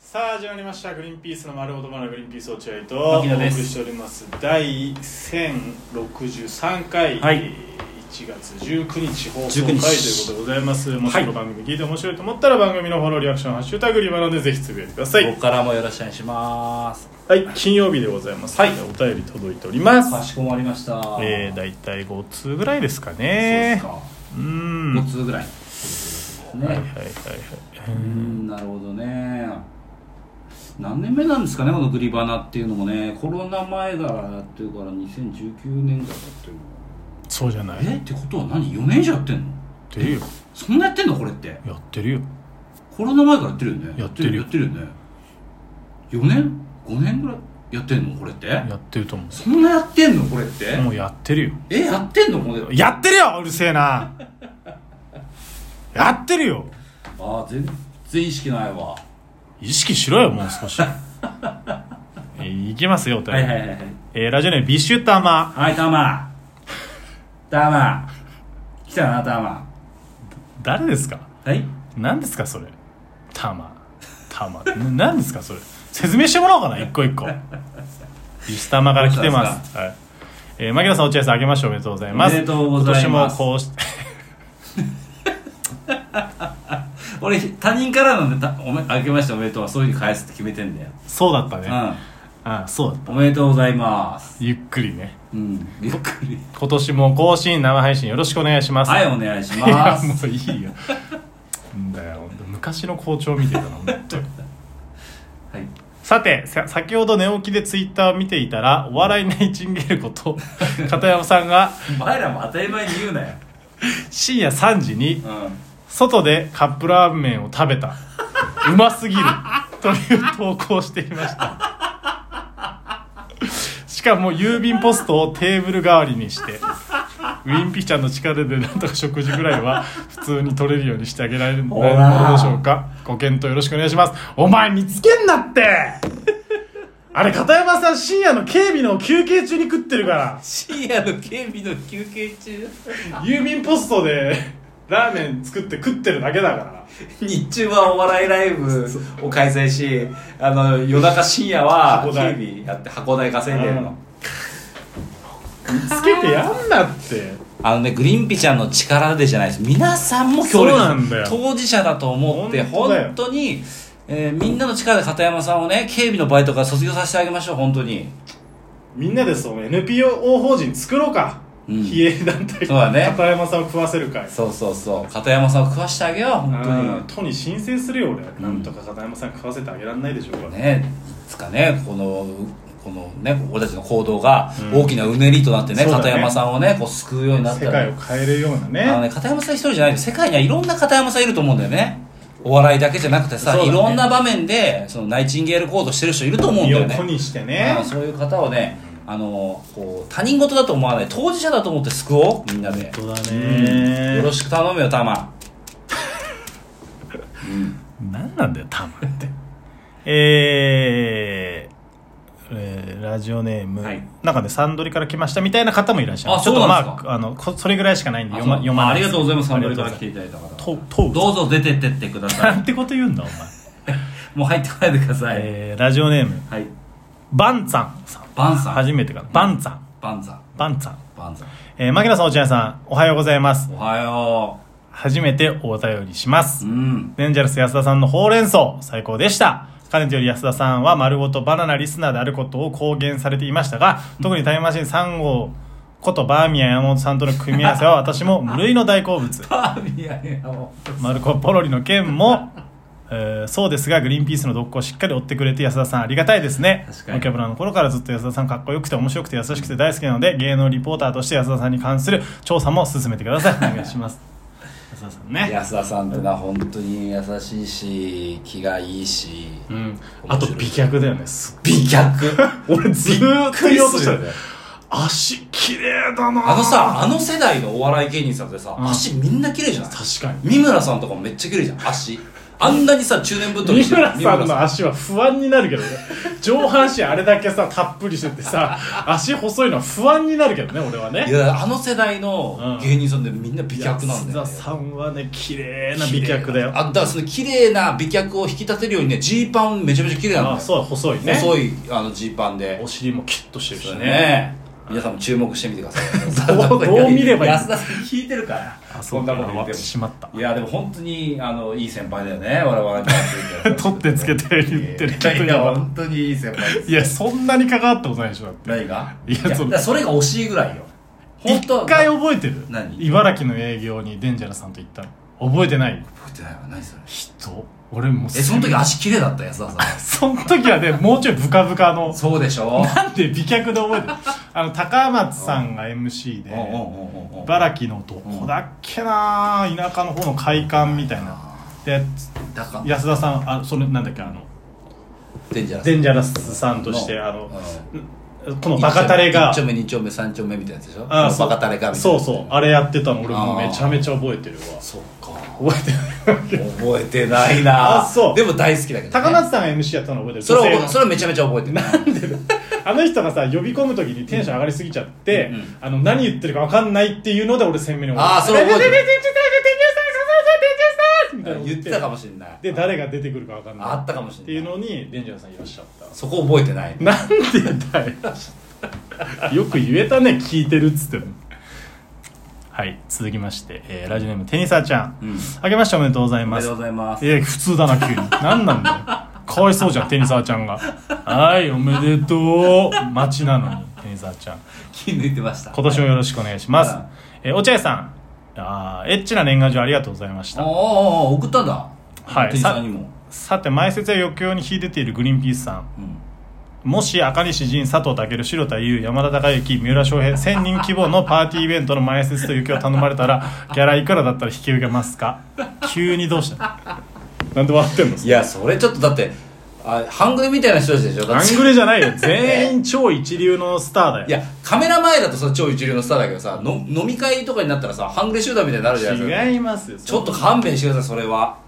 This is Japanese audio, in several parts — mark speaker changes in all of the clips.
Speaker 1: さあ始まりました「グリーンピースの丸ごと丸グリーンピース落合」とお
Speaker 2: 牧
Speaker 1: 送
Speaker 2: 野
Speaker 1: り
Speaker 2: です
Speaker 1: しております第1063回、
Speaker 2: はい
Speaker 1: えー1月19日放送回
Speaker 2: 19
Speaker 1: という
Speaker 2: 日
Speaker 1: ことでございますもしこの番組聞いて面白いと思ったら番組のフォローリアクション「ハッシュタグリバナ」でぜひつぶやいてください
Speaker 2: 僕からもよろしくお願いします
Speaker 1: はい金曜日でございます
Speaker 2: はい
Speaker 1: お便り届いております、
Speaker 2: かしこまりました
Speaker 1: えー、大体5通ぐらいですか
Speaker 2: え
Speaker 1: ね
Speaker 2: そう
Speaker 1: うーん
Speaker 2: で
Speaker 1: は
Speaker 2: すか5通
Speaker 1: い
Speaker 2: ぐらいね、
Speaker 1: はいはいは
Speaker 2: う
Speaker 1: い
Speaker 2: んなるほどね何年目なんですかねこのグリバナっていうのもねコロナ前からやってるから2019年だったっ
Speaker 1: そうじゃない
Speaker 2: ていうのえってことは何4年以上やってんの
Speaker 1: やってるよ
Speaker 2: そんなやってんのこれって
Speaker 1: やってるよ
Speaker 2: コロナ前からやってるよね
Speaker 1: やってるよ
Speaker 2: やってるよね4年5年ぐらいやってんのこれって
Speaker 1: やってると思
Speaker 2: そんなやってんのこれって
Speaker 1: うもうやってるよ
Speaker 2: えやってんのこれって
Speaker 1: やってるようるせえなやってるよ
Speaker 2: ああ全然意識ないわ
Speaker 1: 意識しろよもう少しえーいきますよお便り、
Speaker 2: はいはいはいはい
Speaker 1: えーラジオネームビシュタマ
Speaker 2: はいタマタマ来たなタマ
Speaker 1: 誰ですか
Speaker 2: はい
Speaker 1: 何ですかそれタマタマな何ですかそれ説明してもらおうかな一個一個ビシュタマから来てますはいえー、牧野さん落合さんあけましておめでとうございます
Speaker 2: おめでとうございます
Speaker 1: 今年もこうして
Speaker 2: 俺他人からなんでたおめ「明けましておめでとう」はそういうふうに返すって決めてんだよ、
Speaker 1: そうだったね、あ
Speaker 2: う
Speaker 1: あそうだった
Speaker 2: んおめでとうございます
Speaker 1: ゆっくりね
Speaker 2: うんびっくり
Speaker 1: 今年も更新生配信よろしくお願いします
Speaker 2: はいお願いし
Speaker 1: いや
Speaker 2: ます
Speaker 1: もういいよんだよ昔の校長みたいだな本当に
Speaker 2: はい
Speaker 1: さてさ先ほど寝起きでツイッターを見ていたらお笑いナイチンゲールこと片山さんが
Speaker 2: お前らも当たり前に言うなよ
Speaker 1: 深夜3時に
Speaker 2: う
Speaker 1: 外でカップラーメンを食べたうますぎるという投稿をしていましたしかも郵便ポストをテーブル代わりにしてウィンピーちゃんの力でなんとか食事ぐらいは普通に取れるようにしてあげられるの
Speaker 2: ほ
Speaker 1: で
Speaker 2: ら
Speaker 1: どうでしょうかご検討よろしくお願いしますお前見つけんなってあれ片山さん深夜の警備の休憩中に食ってるから
Speaker 2: 深夜の警備の休憩中
Speaker 1: 郵便ポストでラーメン作って食ってるだけだから
Speaker 2: 日中はお笑いライブを開催しあの夜中深夜は
Speaker 1: 箱
Speaker 2: 警
Speaker 1: 代
Speaker 2: 備やって箱代稼いでる
Speaker 1: うん
Speaker 2: の
Speaker 1: つけてやんなって
Speaker 2: あのねグリンピちゃんの力でじゃないです皆さんも協
Speaker 1: そう
Speaker 2: 力
Speaker 1: なんだよ
Speaker 2: 当事者だと思って
Speaker 1: 本
Speaker 2: 本
Speaker 1: 当
Speaker 2: 当
Speaker 1: だよ
Speaker 2: に、えーみんなの力で片山さんをね警備のバイトから卒業させてあげましょう本当に
Speaker 1: みんなでその NPO 法人作ろうか、
Speaker 2: うん
Speaker 1: 非営利団体
Speaker 2: そうだね
Speaker 1: 片山さんを食わせる会
Speaker 2: そうそうそう片山さんを食わしてあげよう本
Speaker 1: うん
Speaker 2: 当
Speaker 1: 都に申請するよ俺、
Speaker 2: ん
Speaker 1: なんとか片山さん食わせてあげられないでしょうか
Speaker 2: にねいつかねこのこのね俺たちの行動が
Speaker 1: うん
Speaker 2: 大きなうねりとなってね、
Speaker 1: そうだね
Speaker 2: 片山さんをねこう救うようになった
Speaker 1: 世
Speaker 2: ら
Speaker 1: 界を変えるような
Speaker 2: あの
Speaker 1: ね
Speaker 2: ね、片山さん一人じゃない世界にはいろんな片山さんいると思うんだよねお笑いだけじゃなくてさ、
Speaker 1: そうだね
Speaker 2: いろんな場面でそのナイチンゲールコードしてる人いると思うんだよ
Speaker 1: 身を粉
Speaker 2: ね
Speaker 1: にしてね
Speaker 2: あのそういう方をねあのこう他人事だと思わない当事者だと思って救おうみんなで、
Speaker 1: 本当だ
Speaker 2: うんよろしく頼むよタマ
Speaker 1: 何なんだよたまって えーえーラジオネーム、
Speaker 2: はい
Speaker 1: なんかねサンドリから来ましたみたいな方もいらっしゃいます
Speaker 2: あそうなん
Speaker 1: ち
Speaker 2: ですか
Speaker 1: ょっとまああのこそれぐらいしかないんで読ま読ま
Speaker 2: あ
Speaker 1: ないで
Speaker 2: りがとうございますサンドリか
Speaker 1: あ
Speaker 2: ら
Speaker 1: りがと
Speaker 2: 来ていただいた方
Speaker 1: うございますととう
Speaker 2: どうぞ出てってってくださ
Speaker 1: ないんてこと言うんだお前
Speaker 2: もう入ってこないでください、
Speaker 1: えーラジオネーム
Speaker 2: はい
Speaker 1: バンツァンさん
Speaker 2: バンさん
Speaker 1: 初めてかなバンツァン
Speaker 2: バンザン
Speaker 1: バンツァン
Speaker 2: バンザン
Speaker 1: えー、牧野さん落合さんおはようございます
Speaker 2: おはよ
Speaker 1: 初めてお便りします
Speaker 2: ううん
Speaker 1: デンジャラス安田さんのほうれん草最高でしたかねてより安田さんは丸ごとバナナリスナーであることを公言されていましたが特にタイムマシーン3号ことバーミヤン山本さんとの組み合わせは私も無類の大好物
Speaker 2: バーミヤンやもう
Speaker 1: マルコ・ポロリの件も、えーそうですがグリーンピースの動向をしっかり追ってくれて安田さんありがたいですね
Speaker 2: 確かに
Speaker 1: モキャブラの頃からずっと安田さんかっこよくて面白くて優しくて大好きなので芸能リポーターとして安田さんに関する調査も進めてくださいお願いします安田さんね
Speaker 2: 安田さんってのは本当に優しいし気がいいし
Speaker 1: うんあと美脚だよねすっ
Speaker 2: 美脚
Speaker 1: 俺ずーっと言おうとしたよ
Speaker 2: びっくりするよ
Speaker 1: ね
Speaker 2: ね
Speaker 1: 足綺麗だな
Speaker 2: あのさあの世代のお笑い芸人さんってさ、
Speaker 1: うん
Speaker 2: 足みんな綺麗じゃない
Speaker 1: 確かに
Speaker 2: 三村さんとかもめっちゃ綺麗じゃん足あんなにさ中年太
Speaker 1: 三
Speaker 2: りしてる
Speaker 1: 村さんの足は不安になるけどね上半身あれだけさたっぷりしててさ足細いのは不安になるけどね俺はね
Speaker 2: いやあの世代の芸人さんでみんな美脚なんだよ、
Speaker 1: 安
Speaker 2: ね
Speaker 1: 田さんはね綺麗な美脚だよ
Speaker 2: あだからその綺麗な美脚を引き立てるようにねジーパンめちゃめちゃ綺麗なんだよ
Speaker 1: あそう細いね
Speaker 2: 細いあのジーパンで
Speaker 1: お尻もキュッとしてるしね
Speaker 2: ね皆さんも注目してみてくださ い
Speaker 1: どうどう見ればいい
Speaker 2: 安田さん聞いてるから
Speaker 1: あ
Speaker 2: そんなこと言って
Speaker 1: 終わってしまった
Speaker 2: もいやでも本当にあのいい先輩だよね我々にとって みて
Speaker 1: 取ってつけて言ってるけど
Speaker 2: いやいや本当にいい先輩です
Speaker 1: いやそんなに関わったことないでしょだって
Speaker 2: 何が
Speaker 1: いや
Speaker 2: だ
Speaker 1: その
Speaker 2: からそれが惜しいぐらいよ本当
Speaker 1: 一回覚えてる
Speaker 2: 何
Speaker 1: 茨城の営業にデンジャラさんと行ったの覚えてない
Speaker 2: 覚えてないわ何それ
Speaker 1: 人俺もう
Speaker 2: えその時足綺麗だった安田さ ん
Speaker 1: その時はねもうちょいブカブカの
Speaker 2: そうでしょ
Speaker 1: なんで美脚で覚えてるあの高松さんが MC で
Speaker 2: うんうんうんうんうん
Speaker 1: 茨城のどこだっけな田舎の方の会館みたいなで
Speaker 2: だから
Speaker 1: 安田さんあそれなんだっけあの
Speaker 2: デンジャラス
Speaker 1: デンジャラスさんとしてあの
Speaker 2: うん
Speaker 1: このバカタレが
Speaker 2: 一丁目二丁目三丁目みたいなやつでしょ
Speaker 1: あ
Speaker 2: バカタレがみたい
Speaker 1: そ
Speaker 2: な
Speaker 1: うそうあれやってたの俺もうめちゃめちゃ覚えてるわ
Speaker 2: そうか
Speaker 1: 覚えてない
Speaker 2: 覚えてないな
Speaker 1: あそう
Speaker 2: でも大好きだけどね、
Speaker 1: 高松さんが MC やったの覚えてる
Speaker 2: それは
Speaker 1: 女
Speaker 2: 覚え
Speaker 1: 性
Speaker 2: それはめちゃめちゃ覚えてる
Speaker 1: あの人がさ呼び込む時にテンション上がりすぎちゃって、
Speaker 2: うんうん
Speaker 1: あの何言ってるか分かんないっていうので俺鮮明に
Speaker 2: あーそれ覚えてる
Speaker 1: でででででででででででででででみたいな
Speaker 2: 言ってたかもしれない
Speaker 1: で誰が出てくるか分かんない
Speaker 2: あったかもしれない
Speaker 1: っていうのにデンジャーさんいらっしゃった
Speaker 2: そこ覚えてない
Speaker 1: なんでだよよく言えたね聞いてるっつってもはい続きまして、えーラジオネームテニサーちゃん、
Speaker 2: うん
Speaker 1: あげましておめでとうござい
Speaker 2: おめ
Speaker 1: ま
Speaker 2: ですとうございます
Speaker 1: えー、普通だな急に何なんだよかわいそうじゃんテニサーちゃんがはいおめでとう待ちなのにテニサーちゃん
Speaker 2: 気抜いてました
Speaker 1: 今年もよろしくお願いします
Speaker 2: うん、
Speaker 1: えー落合さんあーエッチな年賀状ありがとうございまし
Speaker 2: ああ
Speaker 1: た
Speaker 2: 送ったんだ
Speaker 1: はい
Speaker 2: 店員さんにも
Speaker 1: さて前説や余興に秀でているグリーンピースさん
Speaker 2: うん
Speaker 1: もし赤西仁佐藤健白田優山田孝之三浦翔平1000人規模のパーティーイベントの前説と受けを頼まれたらギャラいくらだったら引き受けますか急にどうしたなんで笑ってんの
Speaker 2: いやそれちょっとだってあ半グレみたいな人たちでしょだ
Speaker 1: ア
Speaker 2: って
Speaker 1: ングレじゃないよ全員超一流のスターだよ
Speaker 2: いやカメラ前だとさ超一流のスターだけどさの飲み会とかになったらさ半グレ集団みたいになるじゃないですか
Speaker 1: 違いますよ
Speaker 2: ちょっと勘弁してくださいそれは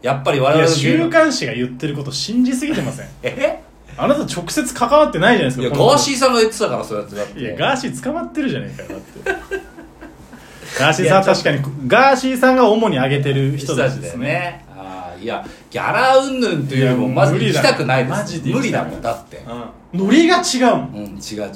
Speaker 2: やっぱり我
Speaker 1: い
Speaker 2: 々
Speaker 1: や
Speaker 2: の芸
Speaker 1: 週
Speaker 2: 能
Speaker 1: 刊誌が言ってること信じすぎてません
Speaker 2: え
Speaker 1: あなた直接関わってないじゃないです
Speaker 2: い
Speaker 1: か
Speaker 2: やガ
Speaker 1: この
Speaker 2: ーシーさんが言ってたからそうやってだって
Speaker 1: いやガーシー捕まってるじゃねえかよだってガーシーさん確かにガーシーさんが主に挙げてる人
Speaker 2: 人
Speaker 1: た
Speaker 2: た
Speaker 1: ち
Speaker 2: ち
Speaker 1: で
Speaker 2: ですす
Speaker 1: ね
Speaker 2: ねあーいやギャラうんぬんというよりも
Speaker 1: いや
Speaker 2: まず
Speaker 1: 無理
Speaker 2: 行
Speaker 1: だ
Speaker 2: きたくないです
Speaker 1: マジで行
Speaker 2: 無
Speaker 1: き
Speaker 2: 理
Speaker 1: た
Speaker 2: だ
Speaker 1: くない
Speaker 2: もんだって
Speaker 1: うんノリが違うもん
Speaker 2: うん違う違う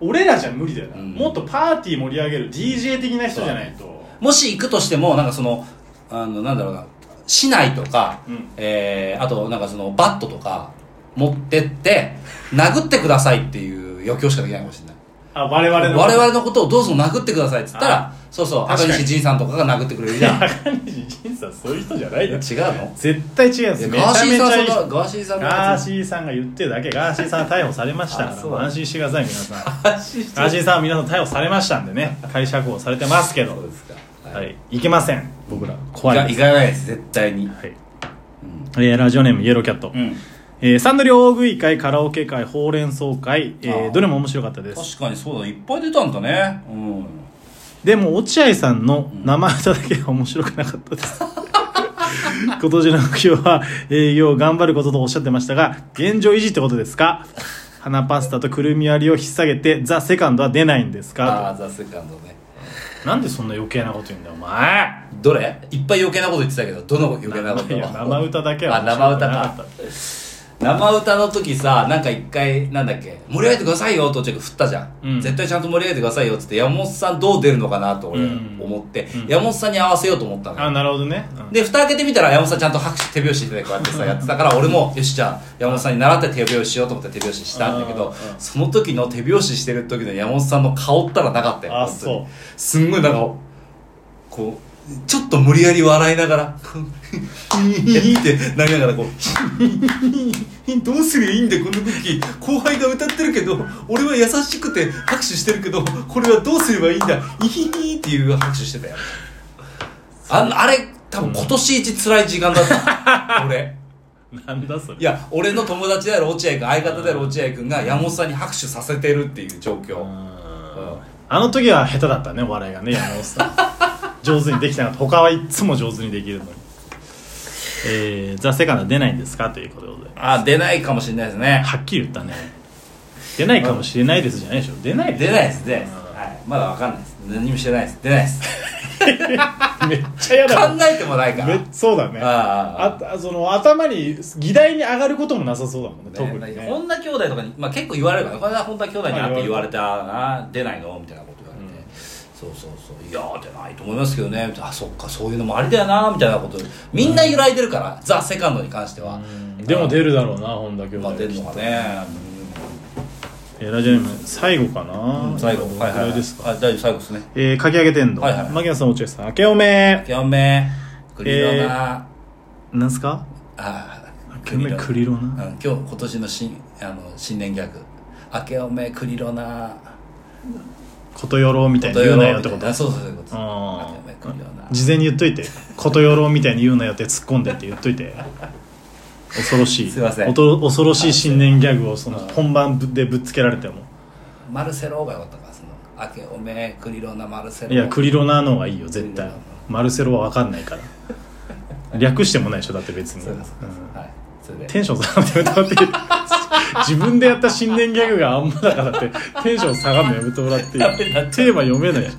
Speaker 1: 俺らじゃ無理だよな、
Speaker 2: うん
Speaker 1: もっとパーティー盛り上げる DJ 的な人じゃないと
Speaker 2: もし行くとしてもなんかそのあのなんだろうな市内とか、
Speaker 1: うん
Speaker 2: えーあとなんかそのバットとか持ってって殴ってくださいっていう余興しかできないかもしれない
Speaker 1: あ我々の
Speaker 2: 我々のことをどうぞ殴ってくださいって言った
Speaker 1: あ
Speaker 2: らそうそう
Speaker 1: 確
Speaker 2: 赤
Speaker 1: かに
Speaker 2: 西仁さんとかが殴ってくれる
Speaker 1: い
Speaker 2: じゃ
Speaker 1: や
Speaker 2: ん
Speaker 1: 中西仁さんそういう人じゃない
Speaker 2: い
Speaker 1: よ
Speaker 2: や違うの
Speaker 1: 絶対違うんです
Speaker 2: いや
Speaker 1: よめち
Speaker 2: ガー
Speaker 1: ゃ
Speaker 2: シ
Speaker 1: め
Speaker 2: ー
Speaker 1: ち
Speaker 2: さん
Speaker 1: ゃ
Speaker 2: そ
Speaker 1: いい
Speaker 2: んな
Speaker 1: 人
Speaker 2: ガーシーさんの
Speaker 1: ガー
Speaker 2: やつ
Speaker 1: シーさんが言ってるだけガーシーさんは逮捕されましたか
Speaker 2: あ
Speaker 1: ら
Speaker 2: そう
Speaker 1: もう安心してください皆さん
Speaker 2: ガーシー
Speaker 1: ガーシーさんは皆さん逮捕されましたんで ね仮釈放されてますけ
Speaker 2: そう
Speaker 1: ど
Speaker 2: ですか
Speaker 1: はいいいけません僕ら怖い
Speaker 2: 行かないです絶対に
Speaker 1: はいえーラジオネームイエローキャット、
Speaker 2: うん
Speaker 1: えーサンドリ大食い会カラオケ会ほうれん草会、えー
Speaker 2: あー
Speaker 1: どれも面白かったです
Speaker 2: 確かにそうだいっぱい出たんだねうん
Speaker 1: でも落合さんの名前だけは面白くなかった です、今年の目標は営業を頑張ることとおっしゃってましたが現状維持ってことですか花パスタとくるみ割りを引っ提げてザ・セカンドは出ないんです
Speaker 2: あ
Speaker 1: か
Speaker 2: あザ・セカンドね
Speaker 1: となんでそんな余計なこと言うんだよお前
Speaker 2: どれいっぱい余計なこと言ってたけどどの余計なこと
Speaker 1: いや生歌だけは
Speaker 2: あ生歌
Speaker 1: 面白
Speaker 2: か
Speaker 1: くなった
Speaker 2: 生歌の時さなんか一回なんだっけ盛り上げてくださいよとちょっと振ったじゃん、
Speaker 1: うん
Speaker 2: 絶対ちゃんと盛り上げてくださいよっつって山本さんどう出るのかなと俺
Speaker 1: うん
Speaker 2: 思って、
Speaker 1: うん
Speaker 2: 山本さんに合わせようと思ったのよ
Speaker 1: あなるほどね、うん
Speaker 2: で蓋開けてみたら山本さんちゃんと拍手手拍子でこうやってさやってたから俺もよしじゃあ山本さんに習って手拍子しようと思って手拍子したんだけ
Speaker 1: うん
Speaker 2: ど
Speaker 1: うん
Speaker 2: その時の手拍子してる時の山本さんの顔ったらなかったよ
Speaker 1: あ
Speaker 2: 本当に
Speaker 1: そう
Speaker 2: すんごいなんかこうちょっと無理やり笑いながらこうヒーってなりながらこう「どうすりゃいいんだこの時後輩が歌ってるけど俺は優しくて拍手してるけどこれはどうすればいいんだイヒヒ」っていう拍手してたよああれ多分今年一辛い時間だった、俺
Speaker 1: なんだそれ
Speaker 2: いや俺の友達である落合君相方である落合君が山本さんに拍手させてるっていう状況、うん
Speaker 1: あの時は下手だったねお 笑いがね山本さん上手にできたなかった他はいっつも上手にできるのにえー、ザ・セカンド出ないんですかということでございます
Speaker 2: あ出ないかもしれないですね
Speaker 1: はっきり言ったね出ないかもしれないですじゃないでしょ出ない
Speaker 2: 出
Speaker 1: い
Speaker 2: ないです出ないです、はい、まだわかんないです何もしてないです出ないです
Speaker 1: めっちゃ嫌
Speaker 2: 考
Speaker 1: だもん
Speaker 2: えてもないから
Speaker 1: めっそうだね
Speaker 2: あああ
Speaker 1: ああその頭に議題に上がることもなさそうだもんね特
Speaker 2: ね
Speaker 1: に
Speaker 2: まあ
Speaker 1: ね
Speaker 2: 本田兄弟とかに、まあ、結構言われるからこれは本田兄弟に会って言われたな出ないのみたいなこと言われて、そうそうそういやー出ないと思いますけどねあそっかそういうのもありだよなみたいなことみんな揺らいでるから、ザ・セカンドに関しては、
Speaker 1: うんでも出るだろうな本田兄
Speaker 2: まあ
Speaker 1: 弟
Speaker 2: 出るのがね、
Speaker 1: えーラジオネーム最後かな、
Speaker 2: うん、最後
Speaker 1: ど
Speaker 2: は
Speaker 1: れ
Speaker 2: い
Speaker 1: く
Speaker 2: は
Speaker 1: ら
Speaker 2: い、はいい、
Speaker 1: ですか、
Speaker 2: あ大丈夫最後ですね
Speaker 1: えー、かき上げてんの、
Speaker 2: はいはい
Speaker 1: 牧野さん落合さん明けおめ
Speaker 2: 4名クリロナ、
Speaker 1: えー
Speaker 2: あ
Speaker 1: なんすか
Speaker 2: あー
Speaker 1: 明けおめクリロナ
Speaker 2: うん、今日今年の新あの新年ギャグ「明けおめクリロナ」
Speaker 1: ことよろみたいに言うなよってこと
Speaker 2: あそうそうそういうこと
Speaker 1: あ
Speaker 2: 明けおめクリロナ
Speaker 1: 事前に言っといて「ことよろ」みたいに言うなよって突っ込んでって言っといて恐ろ しい
Speaker 2: すいません
Speaker 1: おと恐ろしい新年ギャグをその
Speaker 2: はい
Speaker 1: 本番ぶでぶっつけられても
Speaker 2: マルセロがよかったかその「明けおめクリロナマルセロ」
Speaker 1: いやクリロナの方がいいよ絶対マルセロは分かんないから略してもないでしょだって別に
Speaker 2: そうかそうか、
Speaker 1: うん
Speaker 2: はいそれ
Speaker 1: テ
Speaker 2: で
Speaker 1: ンション下がってやめてもら っていい自分でやった新年ギャグがあんまだからってテンション下がるのやめてもらっていいテーマ読めない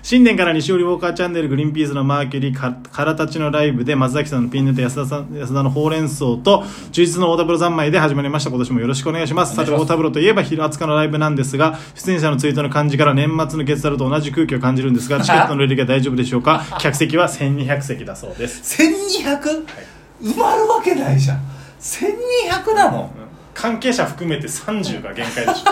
Speaker 1: 新年から西織ウォーカーチャンネルグリーンピースのマーキュリーかからたちのライブで松崎さんのピンネタ安田さん安田のほうれん草と充実の大田風呂三昧で始まりました今年もよろしくお願いします
Speaker 2: お願いし
Speaker 1: さ
Speaker 2: ま
Speaker 1: て大
Speaker 2: す
Speaker 1: 田風呂といえば平塚のライブなんですが出演者のツイートの感じから年末の月タルと同じ空気を感じるんですがチケットの売れ行きは大丈夫でしょう か客席は1200席だそうです、
Speaker 2: 1200、埋まるわけないじゃん1200なの、
Speaker 1: 関係者含めて30が限界でしょ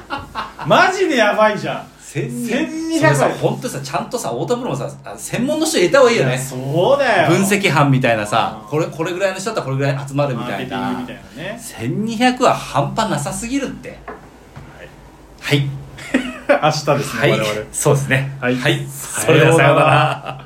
Speaker 1: マジでやばいじゃん
Speaker 2: 1200
Speaker 1: 1200
Speaker 2: それさ本当にさちゃんとさ太田プロもさあ専門の人入れた方がいいよ
Speaker 1: いや
Speaker 2: ね
Speaker 1: そうだよ
Speaker 2: 分析班みたいなさ
Speaker 1: うん
Speaker 2: これこれぐらいの人だったらこれぐらい集まるみ
Speaker 1: マー
Speaker 2: た
Speaker 1: ケ
Speaker 2: い
Speaker 1: ティング
Speaker 2: な
Speaker 1: みたいなね
Speaker 2: 1200は半端なさすぎるってはい
Speaker 1: 明日ですね、
Speaker 2: はい
Speaker 1: 我々
Speaker 2: そうですね
Speaker 1: はい
Speaker 2: はい、それではさようなら